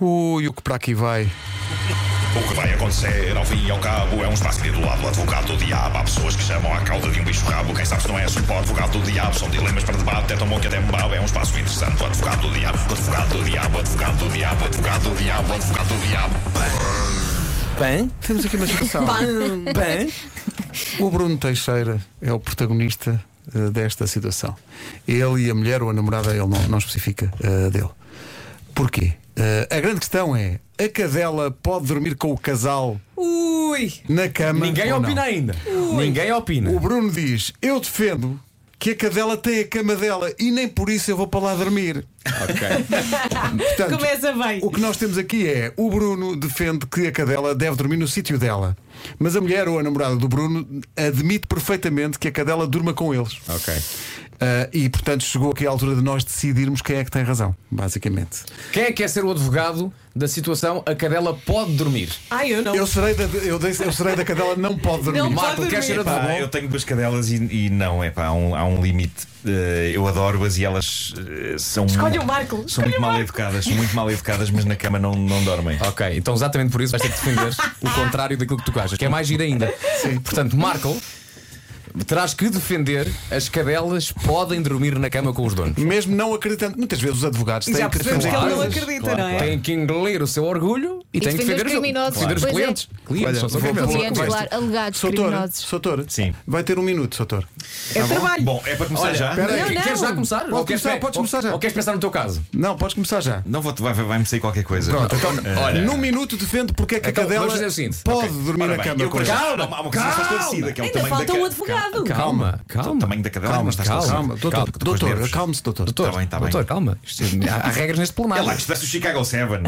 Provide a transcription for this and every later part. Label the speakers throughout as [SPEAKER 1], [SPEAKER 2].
[SPEAKER 1] Ui, o que para aqui vai?
[SPEAKER 2] O que vai acontecer, ao fim e ao cabo, é um espaço intitulado Advogado do Diabo. Há pessoas que chamam à cauda de um bicho rabo. Quem sabe se não é suporte, advogado do diabo. São dilemas para debate, é tão bom que até me babo. É um espaço interessante, advogado do diabo, advogado do diabo, advogado do diabo, advogado do diabo, advogado do diabo.
[SPEAKER 1] Pan? Temos aqui uma situação. Pan? O Bruno Teixeira é o protagonista eh, desta situação. Ele e a mulher, ou a namorada, ele não, não especifica eh, dele. Porquê? Eh, a grande questão é: a cadela pode dormir com o casal
[SPEAKER 3] Ui!
[SPEAKER 1] na cama?
[SPEAKER 4] Ninguém
[SPEAKER 1] ou não?
[SPEAKER 4] opina ainda. Ninguém opina.
[SPEAKER 1] O Bruno diz: Eu defendo que a cadela tem a cama dela e nem por isso eu vou para lá dormir.
[SPEAKER 4] Ok.
[SPEAKER 1] Portanto,
[SPEAKER 3] Começa bem.
[SPEAKER 1] O que nós temos aqui é o Bruno defende que a cadela deve dormir no sítio dela. Mas a mulher ou a namorada do Bruno admite perfeitamente que a cadela durma com eles.
[SPEAKER 4] Ok.
[SPEAKER 1] Ah, e portanto chegou aqui a altura de nós decidirmos quem é que tem razão, basicamente.
[SPEAKER 4] Quem é que quer ser o advogado da situação? A cadela pode dormir.
[SPEAKER 3] Ai, eu não.
[SPEAKER 1] Eu serei da, eu, dei- eu serei da cadela, não pode dormir.
[SPEAKER 3] Então- Não
[SPEAKER 4] Marco,
[SPEAKER 3] pode
[SPEAKER 4] quer ser
[SPEAKER 3] dormir.
[SPEAKER 4] advogado?
[SPEAKER 5] Pá, eu tenho duas cadelas e, e não, é pá, há um, há um limite. Eh, eu adoro-as e elas eh, são.
[SPEAKER 3] Escolhe o Marco,
[SPEAKER 5] São
[SPEAKER 3] escolhe
[SPEAKER 5] muito
[SPEAKER 3] o
[SPEAKER 5] mal
[SPEAKER 3] Marco.
[SPEAKER 5] educadas, são muito mal educadas, mas na cama não, não dormem.
[SPEAKER 4] Ok, então exatamente por isso vais ter que defender o contrário daquilo que tu gajas, que é mais giro ainda. Sim. Portanto, Marco, terás que defender as cadelas podem dormir na cama com os donos.
[SPEAKER 1] Mesmo não acreditando. Muitas vezes os advogados
[SPEAKER 3] E
[SPEAKER 1] têm
[SPEAKER 3] já
[SPEAKER 1] que
[SPEAKER 3] percebemos que
[SPEAKER 1] defender
[SPEAKER 3] ele não
[SPEAKER 1] coisas.
[SPEAKER 3] acredita, não é?
[SPEAKER 4] Tem que engolir o seu orgulho e,
[SPEAKER 6] E
[SPEAKER 4] tem que defender
[SPEAKER 6] defender os
[SPEAKER 4] os,
[SPEAKER 6] criminosos.
[SPEAKER 4] defender os
[SPEAKER 6] Pois é.
[SPEAKER 4] clientes. Clientes,
[SPEAKER 1] Olha,
[SPEAKER 4] só são
[SPEAKER 1] vou-
[SPEAKER 4] criminosos.
[SPEAKER 6] Clientes, claro, alegados,
[SPEAKER 1] Soutor,
[SPEAKER 6] criminosos.
[SPEAKER 1] Soutor,
[SPEAKER 5] Sim.
[SPEAKER 1] vai ter um minuto, Soutor.
[SPEAKER 3] É trabalho.
[SPEAKER 5] Bom, é para começar
[SPEAKER 4] Olha,
[SPEAKER 5] já?
[SPEAKER 1] espera aí.
[SPEAKER 4] Não,
[SPEAKER 3] Não,
[SPEAKER 4] Queres
[SPEAKER 3] não.
[SPEAKER 4] já começar?
[SPEAKER 1] Pode
[SPEAKER 4] Ou queres-
[SPEAKER 1] começar, podes
[SPEAKER 4] ou-
[SPEAKER 1] começar já.
[SPEAKER 4] Ou queres pensar no teu caso?
[SPEAKER 1] Não, podes começar já.
[SPEAKER 5] Não vou, vai- vai-me sair qualquer coisa. Eh,
[SPEAKER 1] Pronto, então,
[SPEAKER 4] olha.
[SPEAKER 1] num minuto defendo porque é que
[SPEAKER 4] É. Então,
[SPEAKER 1] a cadela
[SPEAKER 4] vamos fazer o seguinte.
[SPEAKER 1] pode
[SPEAKER 5] Ok.
[SPEAKER 1] dormir
[SPEAKER 5] Ora
[SPEAKER 1] na
[SPEAKER 5] bem,
[SPEAKER 1] cama
[SPEAKER 5] eu
[SPEAKER 1] com
[SPEAKER 5] para
[SPEAKER 1] ele.
[SPEAKER 5] já- Há uma há uma coisa
[SPEAKER 4] Calma,
[SPEAKER 5] esclarecida, que é o
[SPEAKER 3] Ainda
[SPEAKER 5] tamanho
[SPEAKER 3] falta
[SPEAKER 5] da
[SPEAKER 3] um
[SPEAKER 5] ca-
[SPEAKER 3] advogado.
[SPEAKER 4] Calma,
[SPEAKER 5] Calma. O
[SPEAKER 4] calma.
[SPEAKER 5] tamanho da cadela
[SPEAKER 4] Calma,
[SPEAKER 5] não está
[SPEAKER 4] calma.
[SPEAKER 5] esclarecido.
[SPEAKER 1] Calma, doutor,
[SPEAKER 4] Calma,
[SPEAKER 5] com os
[SPEAKER 1] doutor,
[SPEAKER 5] nervos.
[SPEAKER 1] acalme-se, doutor.
[SPEAKER 4] Doutor,
[SPEAKER 5] Tá bem, tá bem.
[SPEAKER 4] doutor, calma. Isto é- há, há regras neste
[SPEAKER 5] É
[SPEAKER 4] plenário.
[SPEAKER 5] lá que estás o Chicago 7.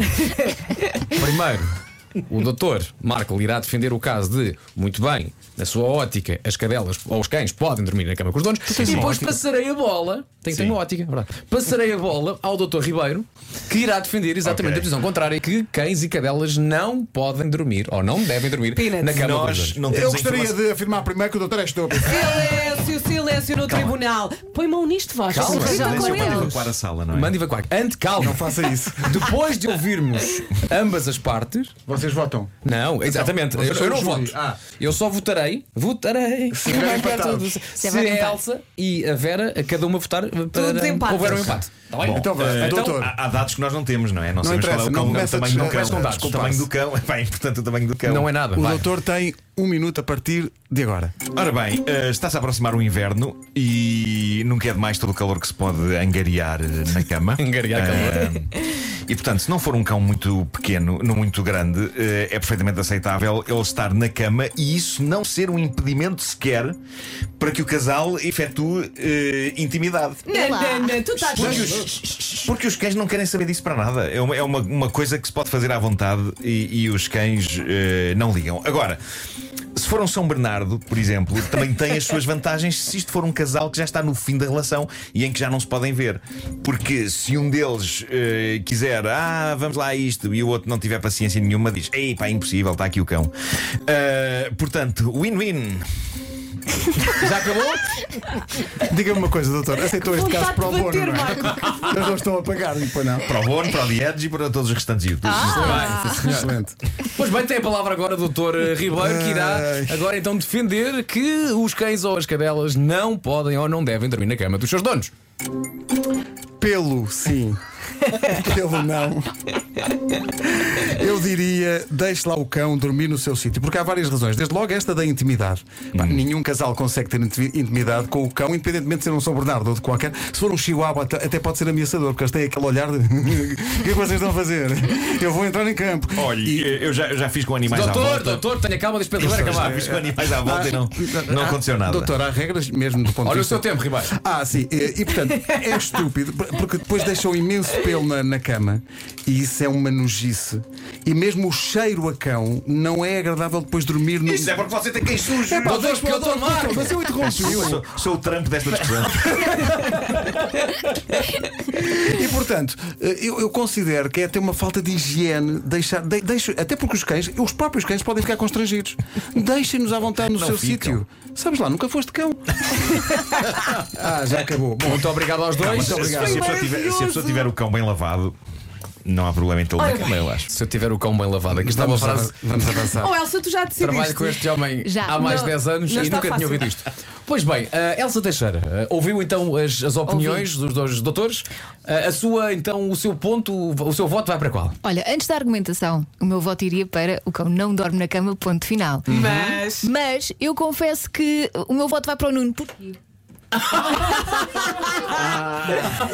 [SPEAKER 4] Primeiro, o doutor Marco irá defender o caso de, muito bem, na sua ótica, as cadelas ou os cães podem dormir na cama com os donos. E
[SPEAKER 1] uma
[SPEAKER 4] depois
[SPEAKER 1] ótica?
[SPEAKER 4] passarei a bola, tem que ter
[SPEAKER 5] Sim.
[SPEAKER 4] uma ótica, é verdade. Passarei a bola ao doutor Ribeiro, que irá defender exatamente
[SPEAKER 5] Ok.
[SPEAKER 4] a posição contrária, que cães e cadelas não podem dormir ou não devem dormir
[SPEAKER 3] Peanuts.
[SPEAKER 4] na cama com os
[SPEAKER 5] Nós
[SPEAKER 4] donos.
[SPEAKER 5] não
[SPEAKER 1] Eu
[SPEAKER 5] temos a
[SPEAKER 1] gostaria
[SPEAKER 5] informação.
[SPEAKER 1] de afirmar primeiro que o doutor é estúpido.
[SPEAKER 3] Silêncio, silêncio no tribunal. Põe mão nisto, Vasco.
[SPEAKER 4] Calma,
[SPEAKER 3] Irrita
[SPEAKER 4] silêncio,
[SPEAKER 3] com
[SPEAKER 5] Silêncio para
[SPEAKER 3] eles.
[SPEAKER 5] evacuar a sala, não é?
[SPEAKER 4] Manda evacuar. Ante, calma.
[SPEAKER 1] Não faça isso.
[SPEAKER 4] Depois de ouvirmos ambas as partes,
[SPEAKER 1] Vocês votam.
[SPEAKER 4] Não, exatamente.
[SPEAKER 1] Então, vocês
[SPEAKER 4] eu,
[SPEAKER 1] são
[SPEAKER 4] eu não
[SPEAKER 1] júri.
[SPEAKER 4] voto.
[SPEAKER 1] Ah.
[SPEAKER 4] Eu só votarei. Votarei. Se,
[SPEAKER 1] estiverem empatados.
[SPEAKER 4] se,
[SPEAKER 6] vai
[SPEAKER 4] a
[SPEAKER 6] empatar.
[SPEAKER 4] Elsa e a Vera, a cada uma votar para
[SPEAKER 3] empate.
[SPEAKER 4] houver um empate. Tá bem?
[SPEAKER 5] Bom,
[SPEAKER 1] Então vá,
[SPEAKER 5] eh,
[SPEAKER 1] doutor.
[SPEAKER 5] Há, há dados que nós não temos, não é? Não, sabemos
[SPEAKER 1] interessa,
[SPEAKER 5] qual é o
[SPEAKER 1] não
[SPEAKER 5] cão, o
[SPEAKER 1] começa a
[SPEAKER 5] tamanho do
[SPEAKER 1] des-
[SPEAKER 5] cão.
[SPEAKER 1] não começa com dados,
[SPEAKER 5] o tamanho do cão é bem importante, o tamanho do cão.
[SPEAKER 4] não é nada.
[SPEAKER 1] O
[SPEAKER 4] vai.
[SPEAKER 1] doutor tem um minuto a partir de agora.
[SPEAKER 5] Ora bem, eh, está-se a aproximar o inverno e nunca é demais todo o calor que se pode angariar eh, na cama.
[SPEAKER 4] Angariar calor.
[SPEAKER 5] Eh, E portanto, se não for um cão muito pequeno, não muito grande, eh, é perfeitamente aceitável ele estar na cama e isso não ser um impedimento sequer para que o casal efetue eh, intimidade.
[SPEAKER 6] é
[SPEAKER 3] Não, não, não, tu estás.
[SPEAKER 5] Porque os, porque os cães não querem saber disso para nada. É uma, é uma, uma coisa que se pode fazer à vontade e, e os cães eh, não ligam. Agora, se for um São Bernardo, por exemplo, também tem as suas vantagens se isto for um casal que já está no fim da relação e em que já não se podem ver. Porque se um deles eh, quiser, ah, vamos lá a isto, e o outro não tiver paciência nenhuma, diz, ei, pá, é impossível, está aqui o cão. Eh, portanto, win-win.
[SPEAKER 4] Já acabou?
[SPEAKER 1] Diga-me uma coisa, doutor. Aceitou este caso
[SPEAKER 3] Vontade
[SPEAKER 1] para o
[SPEAKER 3] de
[SPEAKER 1] bono,
[SPEAKER 3] bater,
[SPEAKER 1] não é? Eles não estão a pagar, e depois não.
[SPEAKER 5] Para o Bono, para o Diedge e para todos os restantes youtubers.
[SPEAKER 1] Excelente.
[SPEAKER 4] Pois bem, tem a palavra agora o doutor eh, Ribeiro, que irá
[SPEAKER 1] Ai.
[SPEAKER 4] agora então defender que os cães ou as cadelas não podem ou não devem dormir na cama dos seus donos.
[SPEAKER 1] Pelo sim, pelo não. Eu diria, deixe lá o cão dormir no seu sítio, porque há várias razões. Desde logo esta da intimidade.
[SPEAKER 4] Hum.
[SPEAKER 1] Pá, nenhum casal consegue ter inti- intimidade com o cão, independentemente de ser um São Bernardo ou de qualquer. Se for um Chihuahua, até até pode ser ameaçador, porque eles têm aquele olhar de o que é que vocês estão a fazer? Eu vou entrar em campo.
[SPEAKER 5] Olha, eu, já, eu já fiz com animais à
[SPEAKER 4] doutor,
[SPEAKER 5] volta.
[SPEAKER 4] doutor, tenha calma, deixa Pedro
[SPEAKER 5] Eu
[SPEAKER 1] é
[SPEAKER 4] Ribeiro
[SPEAKER 5] já
[SPEAKER 4] acabar.
[SPEAKER 5] fiz com animais à volta e não, não
[SPEAKER 1] Há-
[SPEAKER 5] aconteceu nada.
[SPEAKER 1] Doutor, há regras mesmo do ponto de
[SPEAKER 4] Olha o
[SPEAKER 1] vista.
[SPEAKER 4] seu tempo, Ribeiro.
[SPEAKER 1] Ah, sim, e, e, portanto é estúpido porque depois deixa um imenso pelo na, na cama e isso é uma nojice. E mesmo o cheiro a cão não é agradável depois de dormir no.
[SPEAKER 5] Isso é porque você tem quem sujo.
[SPEAKER 1] Pá,
[SPEAKER 4] Doutor,
[SPEAKER 1] mas-
[SPEAKER 4] que eu tô mal.
[SPEAKER 1] mas eu interrompi.
[SPEAKER 5] Eu sou, sou o trampo desta discussão.
[SPEAKER 1] E portanto, eh, eu, eu considero que é até uma falta de higiene deixar. de- deixo- até porque os cães, os próprios cães podem ficar constrangidos. Deixem-nos à vontade no seu
[SPEAKER 5] ficam.
[SPEAKER 1] sítio. Sabes lá, nunca foste cão. ah, já acabou. Bom,
[SPEAKER 4] Muito obrigado aos dois.
[SPEAKER 5] Se, se a pessoa tiver, se a pessoa tiver o cão bem lavado, não há problema em tê-lo na
[SPEAKER 3] Ora
[SPEAKER 5] cama, é eu acho.
[SPEAKER 4] Se eu tiver o cão bem lavado, aqui está uma
[SPEAKER 1] Vamos,
[SPEAKER 4] frase.
[SPEAKER 1] avan- vamos avançar.
[SPEAKER 3] Oh, Elsa, tu já decidiste.
[SPEAKER 4] Trabalho com este homem
[SPEAKER 6] Já.
[SPEAKER 4] há mais
[SPEAKER 3] Não-
[SPEAKER 4] de 10 anos
[SPEAKER 3] não
[SPEAKER 4] e
[SPEAKER 3] está
[SPEAKER 4] nunca tinha
[SPEAKER 3] fácil.
[SPEAKER 4] ouvido isto. Pois bem, ah, Elsa Teixeira, ah, ouviu então as, as opiniões dos dois doutores? Ah, a sua, então, o seu ponto, o seu voto vai para qual?
[SPEAKER 6] Olha, antes da argumentação, o meu voto iria para o cão não dorme na cama, ponto final.
[SPEAKER 3] Mas.
[SPEAKER 6] Mas eu confesso que o meu voto vai para o Nuno. Porquê?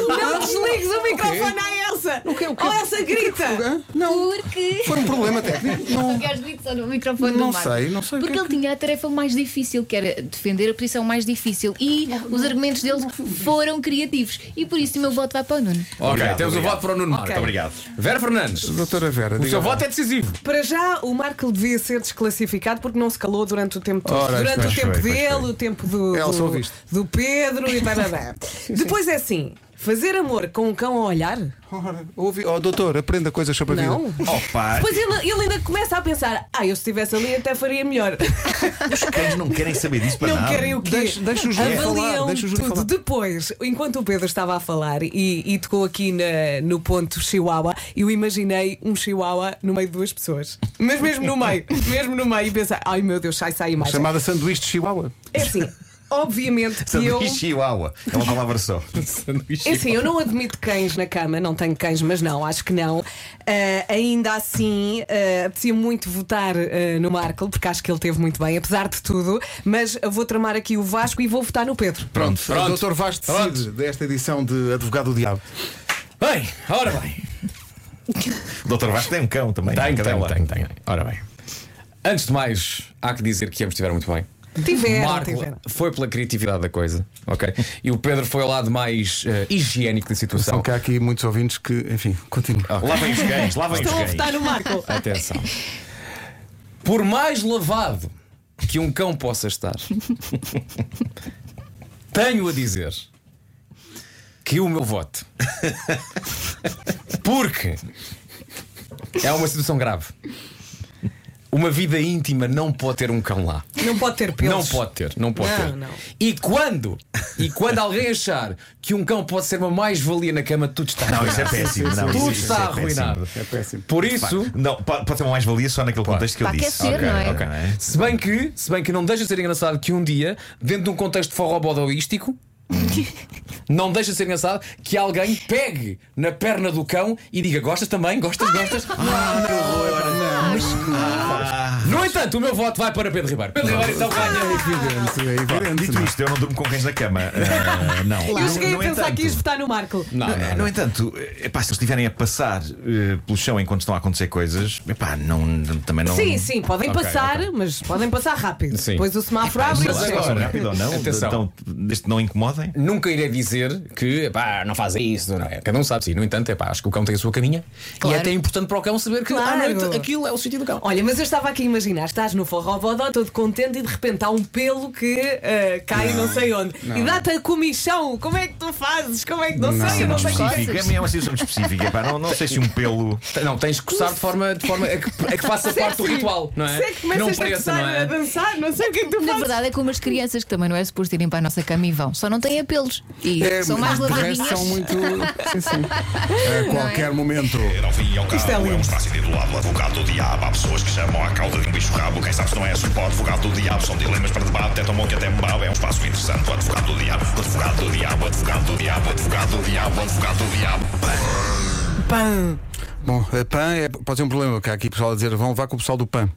[SPEAKER 3] Não desligues o microfone à Elsa! O Oh, Elsa, grita!
[SPEAKER 1] Não,
[SPEAKER 6] Porque.
[SPEAKER 1] foi um problema técnico. Não,
[SPEAKER 6] Porque aos gritos ou no microfone
[SPEAKER 1] Não
[SPEAKER 6] do Marco.
[SPEAKER 1] sei, não sei o
[SPEAKER 6] Porque
[SPEAKER 1] que é
[SPEAKER 6] ele tinha a tarefa mais difícil, que era defender a posição mais difícil. E os argumentos dele foram criativos. E por isso o meu voto vai para o Nuno.
[SPEAKER 4] Ok,
[SPEAKER 5] Obrigado,
[SPEAKER 4] temos o
[SPEAKER 5] obrigado.
[SPEAKER 4] voto para o Nuno Marco.
[SPEAKER 3] Ok.
[SPEAKER 5] Obrigado.
[SPEAKER 4] Vera Fernandes, o
[SPEAKER 1] doutora Vera, diga
[SPEAKER 4] seu
[SPEAKER 1] lá.
[SPEAKER 4] voto é decisivo.
[SPEAKER 3] Para já, o Marco devia ser desclassificado porque não se calou durante o tempo todo.
[SPEAKER 1] Ora,
[SPEAKER 3] durante
[SPEAKER 1] pois
[SPEAKER 3] o tempo
[SPEAKER 5] foi, pois
[SPEAKER 3] dele,
[SPEAKER 5] foi.
[SPEAKER 3] o tempo do,
[SPEAKER 1] Elsa,
[SPEAKER 3] do,
[SPEAKER 1] ouviste.
[SPEAKER 3] do Pedro e tarará. Depois é assim: fazer amor com um cão a olhar?
[SPEAKER 1] Ora, ouvi, oh, doutor, aprenda coisas sobre a
[SPEAKER 3] Não.
[SPEAKER 1] vida.
[SPEAKER 5] Opa,
[SPEAKER 3] Depois ele, ele ainda começa a pensar: ah, eu se estivesse ali até faria melhor.
[SPEAKER 5] os cães não querem saber disso para
[SPEAKER 3] Não
[SPEAKER 5] nada.
[SPEAKER 3] querem o quê?
[SPEAKER 1] Deixa- deixa o Júlio
[SPEAKER 3] Avaliam
[SPEAKER 1] falar, deixa o Júlio
[SPEAKER 3] tudo.
[SPEAKER 1] falar.
[SPEAKER 3] Depois, enquanto o Pedro estava a falar e, e tocou aqui na- no ponto chihuahua, eu imaginei um chihuahua no meio de duas pessoas. Mas mesmo no meio, mesmo no meio, e pensei, ai meu Deus, sai, sai mais.
[SPEAKER 1] Chamada sanduíche de chihuahua.
[SPEAKER 3] É assim, obviamente que eu...
[SPEAKER 5] Sanduíche Chihuahua. É uma palavra só.
[SPEAKER 3] É assim, eu não admito cães na cama, não tenho cães, mas não, acho que não. Ah, ainda assim, ah, apetecia muito votar ah, no Marco, porque acho que ele teve muito bem, apesar de tudo. Mas eu vou tramar aqui o Vasco e vou votar no Pedro.
[SPEAKER 4] Pronto,
[SPEAKER 1] O
[SPEAKER 4] pronto.
[SPEAKER 1] doutor Vaz decide
[SPEAKER 4] Pronto.
[SPEAKER 1] desta edição de Advogado do Diabo.
[SPEAKER 4] Bem, ora bem.
[SPEAKER 5] O Dr. Vasco tem um cão também.
[SPEAKER 4] Tenho,
[SPEAKER 5] uma cadela.
[SPEAKER 4] tenho, tenho, tenho. Ora bem. Antes de mais, há que dizer que ambos estiveram muito bem.
[SPEAKER 3] Tiveram,
[SPEAKER 4] Marco
[SPEAKER 3] É, tiveram.
[SPEAKER 4] foi pela criatividade da coisa, ok? E o Pedro foi ao lado mais eh, higiênico da situação.
[SPEAKER 1] São que há aqui muitos ouvintes que, enfim, continuam.
[SPEAKER 4] Ah.
[SPEAKER 5] Lá vem os cães, lá vem os
[SPEAKER 3] Estão a
[SPEAKER 5] cães.
[SPEAKER 3] Então votar no Marco.
[SPEAKER 4] Atenção. Por mais lavado que um cão possa estar, tenho a dizer que o meu voto. Porque é uma situação grave. Uma vida íntima não pode ter um cão lá.
[SPEAKER 3] Não pode ter pelos.
[SPEAKER 4] Não pode ter, não pode
[SPEAKER 3] Não,
[SPEAKER 4] ter.
[SPEAKER 3] não.
[SPEAKER 4] E quando? E quando alguém achar que um cão pode ser uma mais-valia na cama, tudo está
[SPEAKER 5] Não,
[SPEAKER 4] arruinado.
[SPEAKER 5] isso é péssimo. Não,
[SPEAKER 4] Tudo
[SPEAKER 5] isso, isso
[SPEAKER 4] está
[SPEAKER 5] é
[SPEAKER 4] arruinado.
[SPEAKER 5] péssimo.
[SPEAKER 1] É péssimo.
[SPEAKER 4] Por isso,
[SPEAKER 5] Não, pode, pode ter uma mais-valia só naquele contexto que eu
[SPEAKER 6] Para
[SPEAKER 5] disse.
[SPEAKER 6] aquecer,
[SPEAKER 5] Ok,
[SPEAKER 6] não é?
[SPEAKER 5] ok, não é?
[SPEAKER 4] Se bem que, se bem que não deixa de ser engraçado que um dia, dentro de um contexto forrobodoístico, não deixa de ser engraçado que alguém pegue na perna do cão e diga: Gostas também? Gostas, gostas?
[SPEAKER 3] Ah,
[SPEAKER 6] Ah.
[SPEAKER 4] Ah. No entanto, o meu voto vai para Pedro Ribeiro. Pedro Ribeiro, então ganha.
[SPEAKER 1] Evidente, é evidente.
[SPEAKER 5] Dito isto, eu não durmo com cães na cama. Ah, não.
[SPEAKER 3] Eu cheguei
[SPEAKER 5] No- no
[SPEAKER 3] a pensar que
[SPEAKER 5] entanto-
[SPEAKER 3] ias votar no Marco.
[SPEAKER 4] Não,
[SPEAKER 5] No-
[SPEAKER 4] não,
[SPEAKER 5] No entanto, eh, epá, se eles estiverem a passar eh, pelo chão enquanto estão a acontecer coisas, epá, não, não- também não.
[SPEAKER 3] Sim, sim, podem
[SPEAKER 4] Ok,
[SPEAKER 3] passar, mas podem passar rápido.
[SPEAKER 4] Sim.
[SPEAKER 3] Depois o semáforo abre e eles
[SPEAKER 4] mas agora-
[SPEAKER 3] chegam.
[SPEAKER 5] Passam rápido ou não?
[SPEAKER 4] Atenção.
[SPEAKER 5] Então, desde que não incomodem.
[SPEAKER 4] Ah. Nunca irei dizer que pá, não faz isso, não é? Cada um sabe sim. No entanto, é pá, acho que o cão tem a sua caminha e
[SPEAKER 6] Claro.
[SPEAKER 4] é até importante para o cão saber que à
[SPEAKER 3] Claro.
[SPEAKER 4] noite aquilo é o sítio do cão.
[SPEAKER 3] Olha, mas eu estava aqui a imaginar, estás no forrobodó todo contente e de repente há um pelo que ah, cai não, sei onde. E dá-te a comichão. Como é que tu fazes? Como é que não, sei? Eu não sei quais.
[SPEAKER 5] Específica, é uma situação específica. epá, não, não sei se um pelo.
[SPEAKER 4] Não, tens de coçar de forma, de forma a, que, a que faça parte do ritual, não é?
[SPEAKER 3] Se é que começas
[SPEAKER 4] não
[SPEAKER 3] a,
[SPEAKER 4] pareça,
[SPEAKER 3] coçar,
[SPEAKER 4] não é?
[SPEAKER 3] a dançar, não sei o que é que tu
[SPEAKER 6] Na
[SPEAKER 3] fazes.
[SPEAKER 6] verdade é como as crianças que também não é suposto irem para a nossa cama e vão, só não têm apelos. E
[SPEAKER 1] É,
[SPEAKER 6] são mais
[SPEAKER 1] de resto
[SPEAKER 6] lavadinhas. é?
[SPEAKER 1] são muito. Sim, sim. A qualquer momento.
[SPEAKER 2] Ter ao fim e ao cabo
[SPEAKER 3] Isto é
[SPEAKER 2] é,
[SPEAKER 3] lindo.
[SPEAKER 2] um espaço intitulado Advogado do Diabo. Há pessoas que chamam à cauda de um bicho rabo. Quem sabe se não é suporte, advogado do diabo. São dilemas para debate, é tão bom que até me babe. É um espaço interessante. O Advogado do diabo, O advogado do diabo, O advogado do diabo, O advogado do diabo, O advogado do diabo.
[SPEAKER 1] Bom, a PAN é- pode ser um problema, que há aqui pessoal a dizer vão levar com o pessoal do PAN.